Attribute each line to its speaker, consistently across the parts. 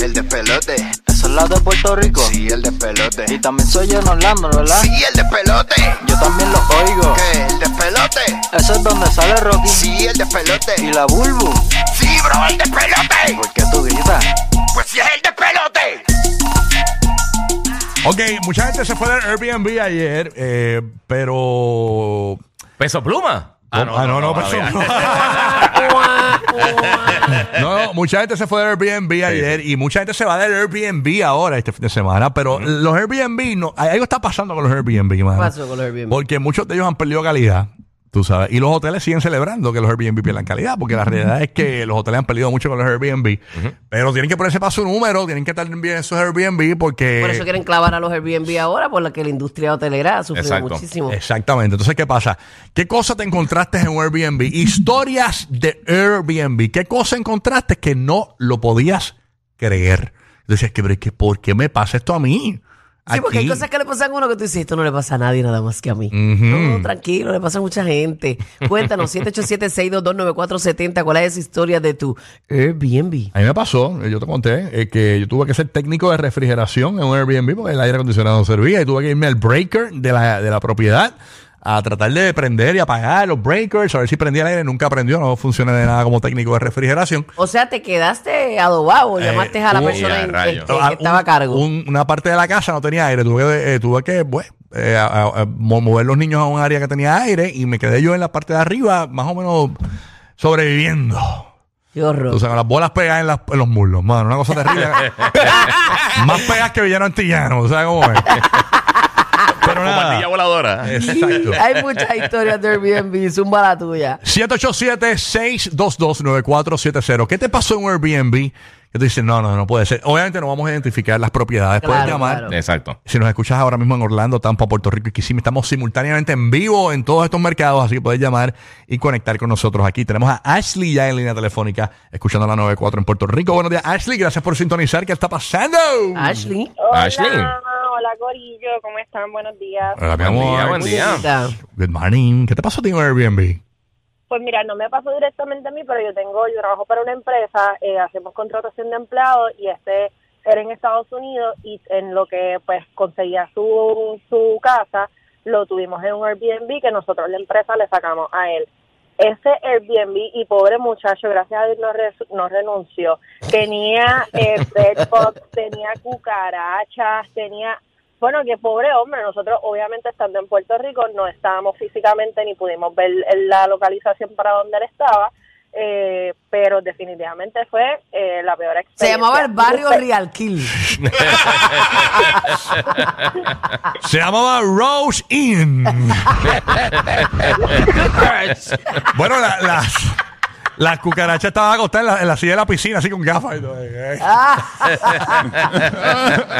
Speaker 1: el despelote.
Speaker 2: De esos lados de Puerto Rico.
Speaker 1: Sí, el despelote.
Speaker 2: Y también soy en Orlando, ¿verdad?
Speaker 1: Sí, el despelote.
Speaker 2: Yo también lo oigo.
Speaker 1: ¿Qué? El despelote.
Speaker 2: Eso es donde sale Rocky.
Speaker 1: Sí, el despelote.
Speaker 2: Y la Bulbu.
Speaker 1: Sí, bro, el despelote.
Speaker 2: ¿Por qué tú gritas?
Speaker 1: Pues si es el despelote.
Speaker 3: Ok, mucha gente se fue del Airbnb ayer, eh, pero.
Speaker 4: Peso pluma.
Speaker 3: Ah, no, no, no,
Speaker 4: todavía.
Speaker 3: pero- No, no, mucha gente se fue del Airbnb ayer y mucha gente se va del Airbnb ahora este fin de semana, pero los Airbnb, no, hay- algo está pasando con los Airbnb, mano.
Speaker 5: pasó con los Airbnb?
Speaker 3: Porque muchos de ellos han perdido calidad, tú sabes, y los hoteles siguen celebrando que los Airbnb pierdan calidad, porque la realidad es que los hoteles han perdido mucho con los Airbnb, pero tienen que ponerse para su número, tienen que estar bien en sus Airbnb porque...
Speaker 5: Por eso quieren clavar a los Airbnb ahora, por la que la industria hotelera ha sufrido
Speaker 4: Exacto.
Speaker 5: muchísimo.
Speaker 3: Exactamente. Entonces, ¿qué pasa? ¿Qué cosa te encontraste en Airbnb? Historias de Airbnb. ¿Qué cosa encontraste que no lo podías creer? Decías que, pero es que, ¿por qué me pasa esto a mí?
Speaker 5: Sí, porque hay
Speaker 3: Aquí.
Speaker 5: cosas que le pasan a uno que tú dices, esto no le pasa a nadie nada más que a mí. No, tranquilo, le pasa a mucha gente. Cuéntanos, 787-622-9470, ¿cuál es esa historia de tu Airbnb?
Speaker 3: A mí me pasó, eh, yo te conté, eh, que yo tuve que ser técnico de refrigeración en un Airbnb porque el aire acondicionado no servía y tuve que irme al breaker de la, de la propiedad a tratar de prender y apagar los breakers, a ver si prendía el aire. Nunca prendió, no funcioné de nada como técnico de refrigeración.
Speaker 5: O sea, te quedaste
Speaker 3: Eh,
Speaker 5: adobado, llamaste a la
Speaker 3: uy,
Speaker 4: a
Speaker 5: persona en- en-
Speaker 4: rayos.
Speaker 5: en- que,
Speaker 3: uh, Ah, un-
Speaker 5: estaba a cargo.
Speaker 3: un- una parte de la casa no tenía aire. Tuve, que, eh, tuve que, pues, eh, a- a- a mo- mover los niños a un área que tenía aire y me quedé yo en la parte de arriba, más o menos sobreviviendo.
Speaker 5: Qué horror.
Speaker 3: O sea, con las bolas pegadas en, las- en los muslos, mano. Una cosa terrible. más pegadas que Villano Antillano, ¿sabes cómo es? Pero
Speaker 4: Con
Speaker 3: nada.
Speaker 4: pandilla voladora.
Speaker 3: Exacto.
Speaker 5: hay muchas historias de Airbnb, zumba la tuya.
Speaker 3: 787-622-9470. ¿Qué te pasó en un Airbnb? Que tú dices, no, no, no puede ser. Obviamente no vamos a identificar las propiedades. Puedes
Speaker 5: Claro,
Speaker 3: llamar
Speaker 5: claro.
Speaker 4: Exacto.
Speaker 3: Si nos escuchas ahora mismo en Orlando, Tampa, Puerto Rico y Kissimmee, estamos simultáneamente en vivo en todos estos mercados, así que podéis llamar y conectar con nosotros aquí. Tenemos a Ashley ya en línea telefónica, escuchando la 94 en Puerto Rico. Buenos días, Ashley, gracias por sintonizar. ¿Qué está pasando?
Speaker 5: Ashley.
Speaker 6: Hola,
Speaker 4: Ashley.
Speaker 6: hola Corillo, ¿cómo están? Buenos días.
Speaker 3: Hola, mi
Speaker 4: Buen día,
Speaker 3: amor.
Speaker 4: buen día.
Speaker 5: muñequita.
Speaker 3: Good morning. ¿Qué te pasó a ti en Airbnb?
Speaker 6: Pues mira, no me pasó directamente a mí, pero yo tengo, yo trabajo para una empresa, eh, hacemos contratación de empleados y este era en Estados Unidos y en lo que pues conseguía su, su casa, lo tuvimos en un Airbnb que nosotros la empresa le sacamos a él. Ese Airbnb y pobre muchacho, gracias a Dios no, res- no renunció, tenía eh, bedbugs, tenía cucarachas, tenía Bueno, que pobre hombre, nosotros obviamente estando en Puerto Rico no estábamos físicamente ni pudimos ver la localización para donde él estaba, eh, pero definitivamente fue eh, la peor experiencia.
Speaker 5: Se llamaba el barrio
Speaker 6: Súper-
Speaker 5: Rialquil.
Speaker 3: Se llamaba Rose Inn. bueno, la- las, las cucarachas estaban acostadas en la, en la silla de la piscina, así con gafas. y todo.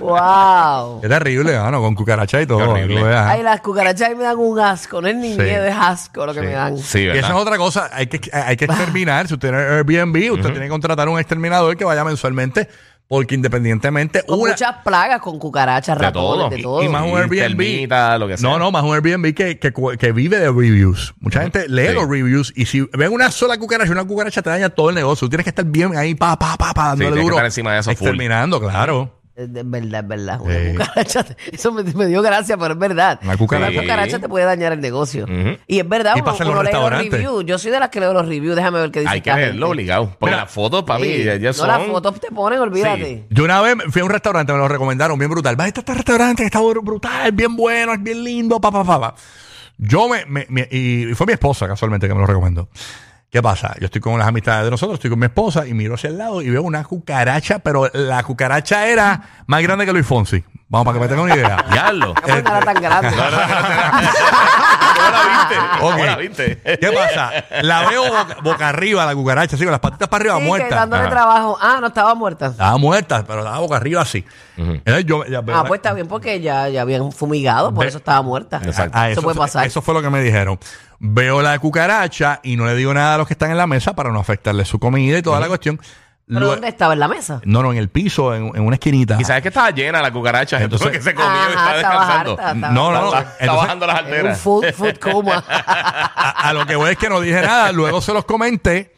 Speaker 5: wow.
Speaker 3: Qué terrible, mano, con cucarachas y todo.
Speaker 4: Qué horrible.
Speaker 3: Tú veas.
Speaker 5: Ay, las cucarachas ahí me dan un asco, no es ni
Speaker 3: Ah. Sí.
Speaker 5: miedo, es asco lo que
Speaker 3: Sí.
Speaker 5: me dan.
Speaker 4: Sí,
Speaker 3: Y esa es
Speaker 4: ¿verdad?
Speaker 3: otra cosa, hay que, hay que exterminar. Si usted es Airbnb, usted tiene que contratar un exterminador que vaya mensualmente, porque independientemente
Speaker 5: Con
Speaker 3: una.
Speaker 5: muchas plagas, con cucarachas,
Speaker 4: De todo.
Speaker 5: ratones, de todo.
Speaker 3: y más un
Speaker 4: Sí,
Speaker 3: Airbnb.
Speaker 4: termita, lo que sea.
Speaker 3: No, no, más un Airbnb que, que, cu- que vive de reviews. Mucha gente lee
Speaker 4: Sí.
Speaker 3: los reviews y si ven una sola cucaracha, una cucaracha te daña todo el negocio. Tú tienes que estar bien ahí, pa, pa, pa, pa, dándole
Speaker 4: tienes que
Speaker 3: duro.
Speaker 4: estar encima de eso full.
Speaker 3: exterminando, claro.
Speaker 5: Es de- es verdad, es verdad. Una
Speaker 3: Sí.
Speaker 5: cucaracha, eso me, me dio gracia, pero es verdad.
Speaker 3: Una cucaracha.
Speaker 5: Una cucaracha te puede dañar el negocio.
Speaker 4: Ujú.
Speaker 5: Y es verdad,
Speaker 3: Y
Speaker 5: uno,
Speaker 3: pasa en
Speaker 5: uno
Speaker 3: los
Speaker 5: lee los
Speaker 3: restaurantes.
Speaker 5: reviews. Yo soy de las que leo los reviews. Déjame ver qué dice.
Speaker 4: Hay que
Speaker 5: esta gente.
Speaker 4: verlo obligado. Porque
Speaker 3: Mira,
Speaker 4: las fotos, papi,
Speaker 5: Sí.
Speaker 4: ellas
Speaker 5: No,
Speaker 4: son...
Speaker 5: las fotos te ponen, olvídate.
Speaker 3: Yo una vez fui a un restaurante, me lo recomendaron, bien brutal. Va, este, este restaurante que está br- brutal, bien bueno, es bien lindo, pa, pa, pa, pa. Yo me, me- me- y fue mi esposa casualmente que me lo recomendó. ¿Qué pasa? Yo estoy con las amistades de nosotros, estoy con mi esposa y miro hacia el lado y veo una cucaracha, pero la cucaracha era más grande que Luis Fonsi. Vamos, para que me tengan una idea.
Speaker 4: Diablo.
Speaker 5: Qué buena era tan grande.
Speaker 4: No, no, no, no, no. ¿Cómo la viste? ¿Cómo
Speaker 3: Ok.
Speaker 4: la viste?
Speaker 3: ¿Qué pasa? La veo boca, boca arriba, la cucaracha, así con las patitas para arriba,
Speaker 5: Sí, que
Speaker 3: muerta.
Speaker 5: dándole
Speaker 4: Ajá.
Speaker 5: trabajo. Ah, no estaba muerta.
Speaker 3: Estaba muerta, pero estaba boca arriba así. Entonces yo- ya-
Speaker 5: Ah, pues está bien porque ya, ya habían fumigado, por
Speaker 3: Ve-
Speaker 5: eso estaba muerta.
Speaker 4: Exacto.
Speaker 3: Ah,
Speaker 5: Eso puede pasar.
Speaker 3: Eso fue lo que me dijeron. Veo la cucaracha y no le digo nada a los que están en la mesa para no afectarle su comida y toda la cuestión.
Speaker 5: ¿Pero
Speaker 3: Lue-
Speaker 5: dónde estaba? ¿En la mesa?
Speaker 3: No, no, en el piso, en, en una esquinita.
Speaker 4: Y sabes que estaba llena la cucaracha. Entonces,
Speaker 3: Entonces-
Speaker 4: que se comió y
Speaker 5: Ajá,
Speaker 4: estaba
Speaker 5: estaba
Speaker 4: descansando.
Speaker 5: harta, estaba
Speaker 3: No, no, no.
Speaker 4: Está- Está
Speaker 3: Entonces-
Speaker 4: bajando las
Speaker 5: En un
Speaker 4: alteras.
Speaker 5: food, food coma.
Speaker 3: A, a lo que voy es que no dije nada, luego se los comenté.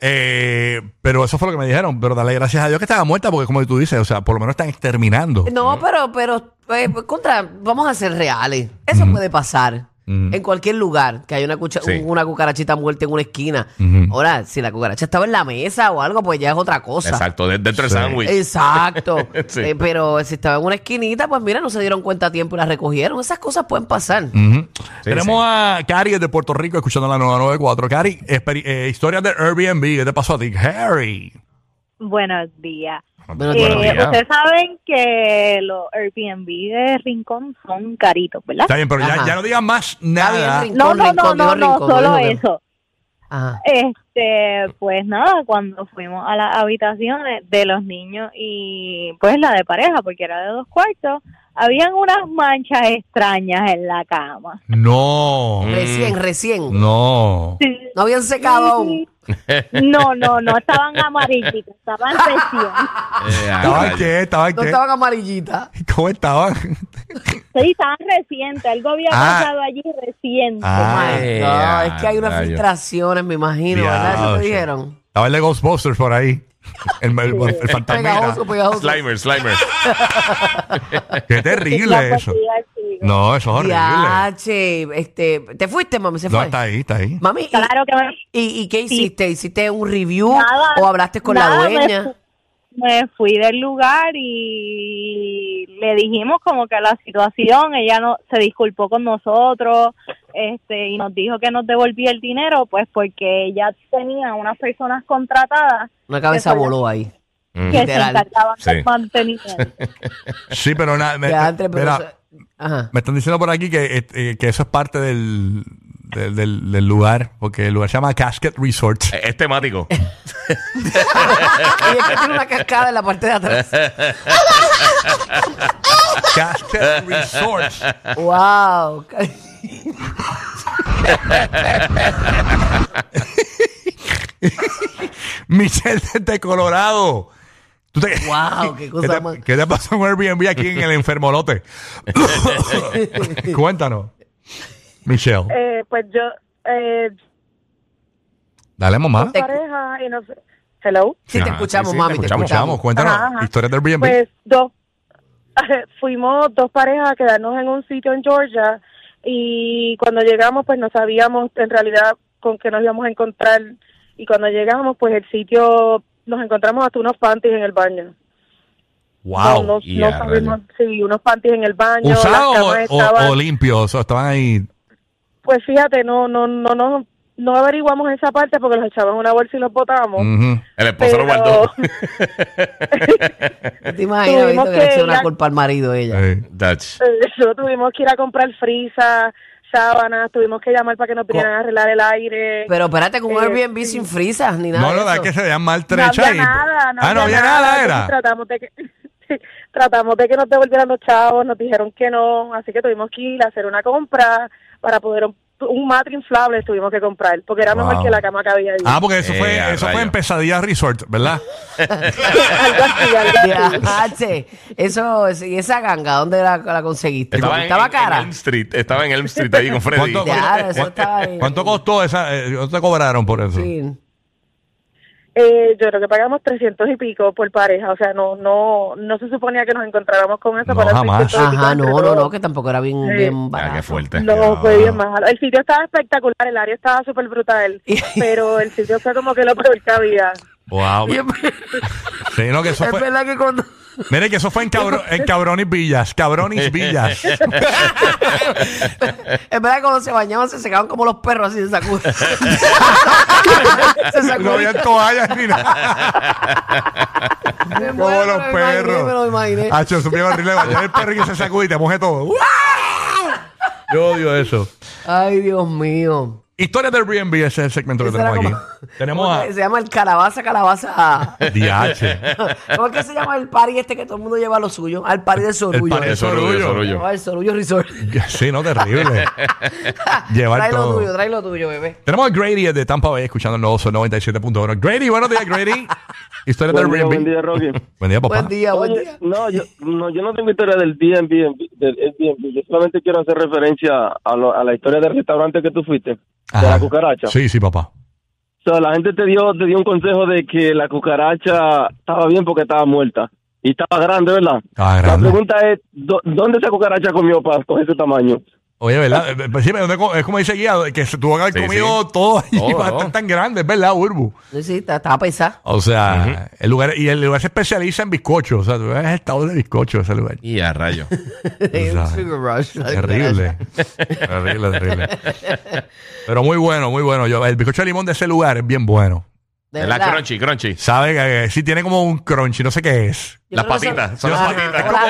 Speaker 3: Eh, pero eso fue lo que me dijeron. Pero dale gracias a Dios que estaba muerta, porque como tú dices, o sea, por lo menos están exterminando.
Speaker 5: No, pero, pero, eh, pues, contra, vamos a ser reales. Eso puede pasar. En cualquier lugar que haya una, cucha-
Speaker 4: Sí.
Speaker 5: una cucarachita muerta en una esquina.
Speaker 3: Ujú.
Speaker 5: Ahora, si la cucaracha estaba en la mesa o algo, pues ya es otra cosa.
Speaker 4: Exacto, de- dentro del
Speaker 3: Sí.
Speaker 4: sándwich.
Speaker 5: Exacto.
Speaker 4: Sí.
Speaker 5: Eh, pero si estaba en una esquinita, pues mira, no se dieron cuenta a tiempo y la recogieron. Esas cosas pueden pasar.
Speaker 3: Ujú.
Speaker 4: Sí,
Speaker 3: Tenemos a Cari de Puerto Rico escuchando la 994. Cari, experi- eh, historias de Airbnb. ¿Qué te pasó a ti, Harry?
Speaker 7: Buenos días.
Speaker 5: Bueno,
Speaker 7: Eh,
Speaker 5: Buenos días.
Speaker 7: ustedes saben que los Airbnb de Rincón son caritos, ¿verdad?
Speaker 3: Está bien, pero ya,
Speaker 5: Ajá.
Speaker 3: ya no digas más
Speaker 5: Está
Speaker 3: nada.
Speaker 5: bien,
Speaker 7: No,
Speaker 5: Rincón,
Speaker 7: no, no,
Speaker 5: rincón,
Speaker 7: no,
Speaker 5: digo
Speaker 7: no,
Speaker 5: rincón, digo
Speaker 7: solo
Speaker 5: que- Ah.
Speaker 7: eso.
Speaker 5: Ajá.
Speaker 7: Este, pues nada, cuando fuimos a las habitaciones de los niños y pues la de pareja, porque era de dos cuartos, habían unas manchas extrañas en la cama.
Speaker 3: No,
Speaker 5: Recién, recién.
Speaker 3: Mm. no.
Speaker 7: Sí.
Speaker 5: No habían secado aún.
Speaker 7: No, no, no estaban amarillitas, estaban recién.
Speaker 4: Eh, ah,
Speaker 3: ¿Estaban
Speaker 4: rayo.
Speaker 3: qué? ¿Estaban
Speaker 5: No
Speaker 3: qué?
Speaker 5: estaban amarillitas.
Speaker 3: ¿Cómo estaban?
Speaker 7: Sí, estaban recientes, algo había
Speaker 3: Ah.
Speaker 7: pasado allí reciente.
Speaker 3: Ah,
Speaker 5: Ay,
Speaker 4: eh,
Speaker 5: no,
Speaker 4: ah,
Speaker 5: es que hay unas
Speaker 4: rayos.
Speaker 5: filtraciones, me imagino, ¿verdad? Eso
Speaker 3: Diablo.
Speaker 5: te dijeron.
Speaker 3: estaba el de Ghostbusters por ahí. El, el, el fantasmita.
Speaker 5: Pegajoso, pegajoso.
Speaker 4: Slimer, Slimer.
Speaker 3: Qué
Speaker 7: La
Speaker 3: terrible
Speaker 5: pues,
Speaker 3: eso.
Speaker 7: cosilla, chico.
Speaker 3: No, eso es horrible.
Speaker 5: Diache, este, ¿te fuiste, mami? ¿Se
Speaker 3: No,
Speaker 5: fue?
Speaker 3: está ahí, está ahí.
Speaker 5: Mami, ¿y,
Speaker 7: Claro que me
Speaker 5: y- y qué hiciste? ¿Hiciste un review
Speaker 7: Nada,
Speaker 5: o hablaste con la
Speaker 7: nada, me
Speaker 5: dueña?
Speaker 7: me fui del lugar y le dijimos como que la situación, ella no se disculpó con nosotros, este y nos dijo que nos devolvía el dinero, pues porque ella tenía unas personas contratadas
Speaker 5: Una cabeza
Speaker 7: Eso ya.
Speaker 5: voló ahí.
Speaker 7: que
Speaker 4: Mm.
Speaker 7: se
Speaker 5: Literal.
Speaker 7: encargaban
Speaker 4: Sí.
Speaker 7: del mantenimiento.
Speaker 3: Sí, pero nada. Me,
Speaker 5: Ya, entre- pero
Speaker 3: mira,
Speaker 5: eso- ajá.
Speaker 3: me están diciendo por aquí que, eh, eh, que eso es parte del, del, del- del lugar, porque el lugar se llama Casket Resort.
Speaker 4: Eh, Es temático.
Speaker 5: Y es que tiene una cascada en la parte de atrás.
Speaker 3: Casket Resort.
Speaker 5: ¡Wow!
Speaker 3: Michelle desde Colorado. ¿Tú te-
Speaker 5: ¡Wow! ¡Qué
Speaker 3: ¿Qué,
Speaker 5: cosa más!
Speaker 3: te, qué te pasó en Airbnb aquí en el enfermolote? Cuéntanos, Michelle.
Speaker 6: Eh, pues yo, eh,
Speaker 3: Dale, mamá.
Speaker 5: Te-
Speaker 6: pareja y no sé. Hello.
Speaker 5: Sí, te
Speaker 4: Ajá,
Speaker 5: escuchamos,
Speaker 4: sí, sí,
Speaker 5: mami, te
Speaker 4: escuchamos.
Speaker 5: escuchamos.
Speaker 3: Escuchamos, cuéntanos
Speaker 6: Ajá, ajá.
Speaker 3: historias del Airbnb.
Speaker 6: Pues dos, fuimos dos parejas a quedarnos en un sitio en Georgia y cuando llegamos pues no sabíamos en realidad con qué nos íbamos a encontrar y cuando llegamos pues el sitio nos encontramos hasta unos panties en el baño.
Speaker 4: Wow.
Speaker 6: No, no-
Speaker 4: y
Speaker 6: no
Speaker 4: a
Speaker 6: sabemos,
Speaker 4: rayos.
Speaker 6: sí, unos panties en el baño. las
Speaker 3: ¿Usados o,
Speaker 6: camas
Speaker 3: o-
Speaker 6: estaban-
Speaker 3: o limpios? O estaban ahí.
Speaker 6: Pues fíjate, no, no, no, no, no averiguamos esa parte porque los echaban en una bolsa y los botamos.
Speaker 3: Ujú.
Speaker 4: El esposo lo guardó.
Speaker 5: ¿Te imaginas, Vito,
Speaker 6: Tuvimos
Speaker 5: que le
Speaker 6: que
Speaker 5: echó
Speaker 6: ir
Speaker 5: una
Speaker 6: a-
Speaker 5: culpa al marido de ella?
Speaker 3: Eh,
Speaker 4: Dutch.
Speaker 6: Eso, tuvimos que ir a comprar frisas, sábanas, tuvimos que llamar para que nos vinieran a arreglar el aire.
Speaker 5: Pero espérate, con un
Speaker 6: Eh,
Speaker 5: Airbnb sin frisas ni nada.
Speaker 3: no, no,
Speaker 5: de
Speaker 3: da
Speaker 5: eso.
Speaker 3: que se vean
Speaker 6: no
Speaker 3: maltrechas.
Speaker 6: había
Speaker 3: y-
Speaker 6: nada, no
Speaker 3: ah, no había nada,
Speaker 6: entonces
Speaker 3: era.
Speaker 6: Tratamos de, que, tratamos de que nos devolvieran los chavos, nos dijeron que no, así que tuvimos que ir a hacer una compra para poder un, un matre inflable tuvimos que comprar, porque era
Speaker 3: Wow.
Speaker 6: mejor que la cama que había ahí.
Speaker 3: Ah, porque eso
Speaker 4: Eh,
Speaker 3: fue
Speaker 4: a
Speaker 3: eso fue
Speaker 4: rayos.
Speaker 3: en Pesadilla Resort, ¿verdad?
Speaker 6: Algo así, algo así.
Speaker 5: Diache, eso, es- y esa ganga, ¿dónde la, la conseguiste? Porque Estaba, cara.
Speaker 4: Elm Street. Estaba en Elm Street ahí con Freddy.
Speaker 3: ¿Cuánto-
Speaker 5: Ya, eso estaba ahí.
Speaker 3: ¿Cuánto costó esa? eh, ¿Cuánto te cobraron por eso?
Speaker 5: Sí.
Speaker 6: Eh, yo creo que pagamos 300 y pico por pareja, o sea, no no no se suponía que nos encontráramos con eso
Speaker 3: No,
Speaker 6: para
Speaker 3: jamás.
Speaker 6: 300 y pico
Speaker 5: Ajá,
Speaker 6: entre
Speaker 5: no, no,
Speaker 6: todos.
Speaker 5: no, que tampoco era bien,
Speaker 6: Sí.
Speaker 5: bien
Speaker 4: Ah,
Speaker 5: barato.
Speaker 4: qué fuerte.
Speaker 6: No, fue bien
Speaker 4: más.
Speaker 6: malo. El sitio estaba espectacular, el área estaba súper brutal, pero el sitio fue como que lo peor que había.
Speaker 3: Wow.
Speaker 5: Y es
Speaker 3: Sí, no, que eso
Speaker 5: es
Speaker 3: fue.
Speaker 5: verdad que cuando...
Speaker 3: Mire que eso fue en, cabro- en Cabronis Villas. Cabronis Villas.
Speaker 5: Es verdad que cuando se bañaban se secaban como los perros así, se sacudían. se
Speaker 3: No había
Speaker 5: sacudían.
Speaker 3: toallas ni nada.
Speaker 5: Me
Speaker 3: Como
Speaker 5: muero,
Speaker 3: los
Speaker 5: me lo imaginé,
Speaker 3: perros. Ah.
Speaker 5: me lo imaginé.
Speaker 3: Hacho, eso fue horrible. Bañar el perro y que se sacude y te moje todo. ¡Uah! Yo odio eso.
Speaker 5: Ay, Dios mío.
Speaker 3: Historias del Airbnb, ese es el segmento que
Speaker 5: Eso era
Speaker 3: tenemos aquí.
Speaker 5: como-
Speaker 3: Tenemos
Speaker 5: ¿Cómo
Speaker 3: a
Speaker 5: que Se llama el calabaza, calabaza...
Speaker 3: DH.
Speaker 5: ¿Cómo es que se llama el party este que todo el mundo lleva lo suyo? Al party de Sorullo.
Speaker 3: party de Sorullo.
Speaker 5: Ah, El Sorullo Resort.
Speaker 3: Sí, no, terrible. Llevar
Speaker 5: trae lo
Speaker 3: todo.
Speaker 5: tuyo, trae lo tuyo, bebé.
Speaker 3: Tenemos a Grady de Tampa Bay escuchando el nuevo Sol 97.1. Grady, buenos días, Grady. Historias del
Speaker 8: Buen día,
Speaker 3: Airbnb.
Speaker 8: buen día, Rocky.
Speaker 3: Buen día, papá.
Speaker 5: Buen día, buen
Speaker 8: Oye,
Speaker 5: día.
Speaker 8: no, yo no, yo no tengo historia del Airbnb, del Airbnb. Yo solamente quiero hacer referencia a, lo- a la historia del restaurante que tú fuiste, de
Speaker 3: Ajá.
Speaker 8: la cucaracha.
Speaker 3: Sí, sí, papá.
Speaker 8: So, la gente te dio, te dio un consejo de que la cucaracha estaba bien porque estaba muerta. Y estaba grande, ¿verdad?
Speaker 3: Estaba Ah, grande.
Speaker 8: La pregunta es, ¿dó- ¿dónde esa cucaracha comió para coger ese tamaño?
Speaker 3: Oye, ¿verdad? Eh, pues sí, pero no es co- es como dice Guía, que se tuvo que haber
Speaker 4: Sí,
Speaker 3: comido
Speaker 4: sí.
Speaker 3: todo y
Speaker 4: Todo,
Speaker 3: va a estar
Speaker 4: todo.
Speaker 3: tan grande, es verdad, Urbu.
Speaker 5: Sí, sí, está- estaba pesada.
Speaker 3: O sea, el lugar, y el lugar se especializa en bizcocho. O sea, tú ves el estado de bizcocho ese lugar.
Speaker 4: Y a rayo.
Speaker 5: Un
Speaker 3: sabes.
Speaker 5: sugar rush. la cucaracha.
Speaker 3: Terrible. terrible, terrible. Pero muy bueno, muy bueno. Yo, el bizcocho de limón de ese lugar es bien bueno.
Speaker 5: De
Speaker 4: La
Speaker 5: verdad.
Speaker 4: crunchy, crunchy.
Speaker 3: Sabe que eh, sí tiene como un crunchy, no sé qué es.
Speaker 5: Yo
Speaker 4: Las
Speaker 5: creo que
Speaker 4: patitas, son las
Speaker 5: Ajá,
Speaker 4: patitas.
Speaker 5: son las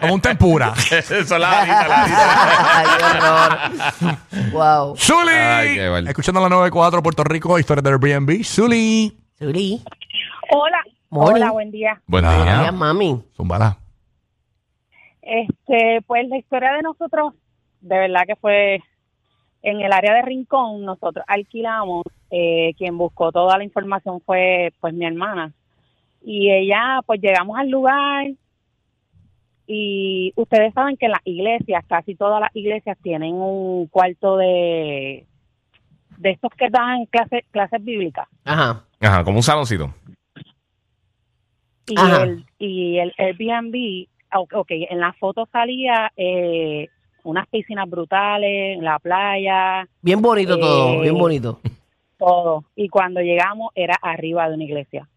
Speaker 3: Como un tempura.
Speaker 4: Eso, la varita, la varita.
Speaker 5: Ay, qué horror. Wow.
Speaker 3: ¡Zuli!
Speaker 4: Ay, qué bueno.
Speaker 3: Escuchando la 94 Puerto Rico, historias de Airbnb. ¡Zuli!
Speaker 5: Suri,
Speaker 7: Hola.
Speaker 5: Morning.
Speaker 7: Hola, buen día.
Speaker 4: Buen
Speaker 3: Ah.
Speaker 4: día.
Speaker 5: ya, mami.
Speaker 3: Zumbalá.
Speaker 7: Este, pues la historia de nosotros, de verdad que fue en el área de Rincón, nosotros alquilamos, eh, quien buscó toda la información fue pues mi hermana. Y ella, pues llegamos al lugar y ustedes saben que en las iglesias, casi todas las iglesias tienen un cuarto de de estos que dan clases clases bíblicas.
Speaker 5: Ajá.
Speaker 4: Ajá, como un saloncito.
Speaker 7: y
Speaker 5: Ajá.
Speaker 7: el y el Airbnb ok, ok, en la foto salía eh, unas piscinas brutales la playa
Speaker 5: Bien bonito todo,
Speaker 7: Eh.
Speaker 5: bien bonito.
Speaker 7: todo y cuando llegamos era arriba de una iglesia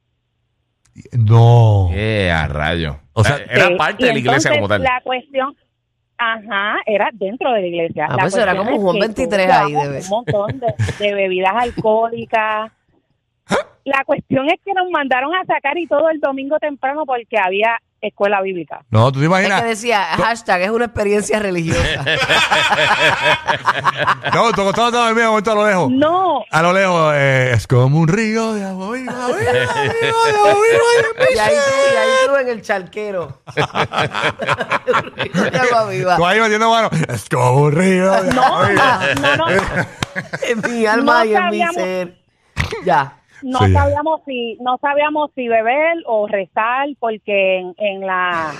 Speaker 3: No.
Speaker 4: Eh, a rayo.
Speaker 3: O sea,
Speaker 4: era
Speaker 7: Eh,
Speaker 4: parte
Speaker 7: y
Speaker 4: de la iglesia
Speaker 7: entonces
Speaker 4: como tal.
Speaker 7: la cuestión ajá era dentro de la iglesia
Speaker 5: Ah,
Speaker 7: La
Speaker 5: pues, era
Speaker 7: cuestión
Speaker 5: como
Speaker 7: es
Speaker 5: Juan
Speaker 7: que
Speaker 5: 23 ahí,
Speaker 7: llevamos
Speaker 5: debe.
Speaker 7: un montón de, de bebidas alcohólicas la cuestión es que nos mandaron a sacar y todo el domingo temprano porque había escuela bíblica
Speaker 3: No, tú te
Speaker 5: Es que
Speaker 3: imaginas.
Speaker 5: decía, hashtag, es una experiencia religiosa.
Speaker 3: No, tú todo todo dormido, momento a lo lejos.
Speaker 7: no
Speaker 3: A lo lejos, eh, es como un río de agua viva, viva, viva, de agua viva,
Speaker 5: y, ahí, y ahí tú en el charquero. De agua viva.
Speaker 3: Tú ahí metiendo mano. Es como un río de agua viva.
Speaker 7: no, no, no.
Speaker 5: En mi alma
Speaker 7: No
Speaker 5: y en mi
Speaker 7: sabíamos.
Speaker 5: ser. Ya.
Speaker 7: no
Speaker 3: Sí.
Speaker 7: sabíamos si no sabíamos si beber o rezar porque en, en la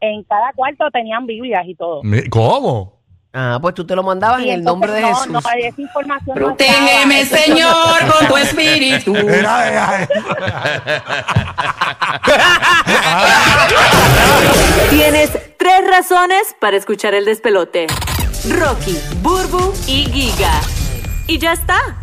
Speaker 7: en cada cuarto tenían biblias y todo
Speaker 3: Mi- ¿Cómo?
Speaker 5: Ah, pues tú te lo mandabas
Speaker 7: Y
Speaker 5: en el
Speaker 7: entonces,
Speaker 5: nombre de
Speaker 7: no,
Speaker 5: Jesús.
Speaker 7: no, esa información no
Speaker 9: Protégeme,
Speaker 7: estaba.
Speaker 9: Señor, con tu espíritu.
Speaker 3: Era, era, era.
Speaker 6: Tienes tres razones para escuchar el despelote. Rocky, Burbu y Giga. Y ya está.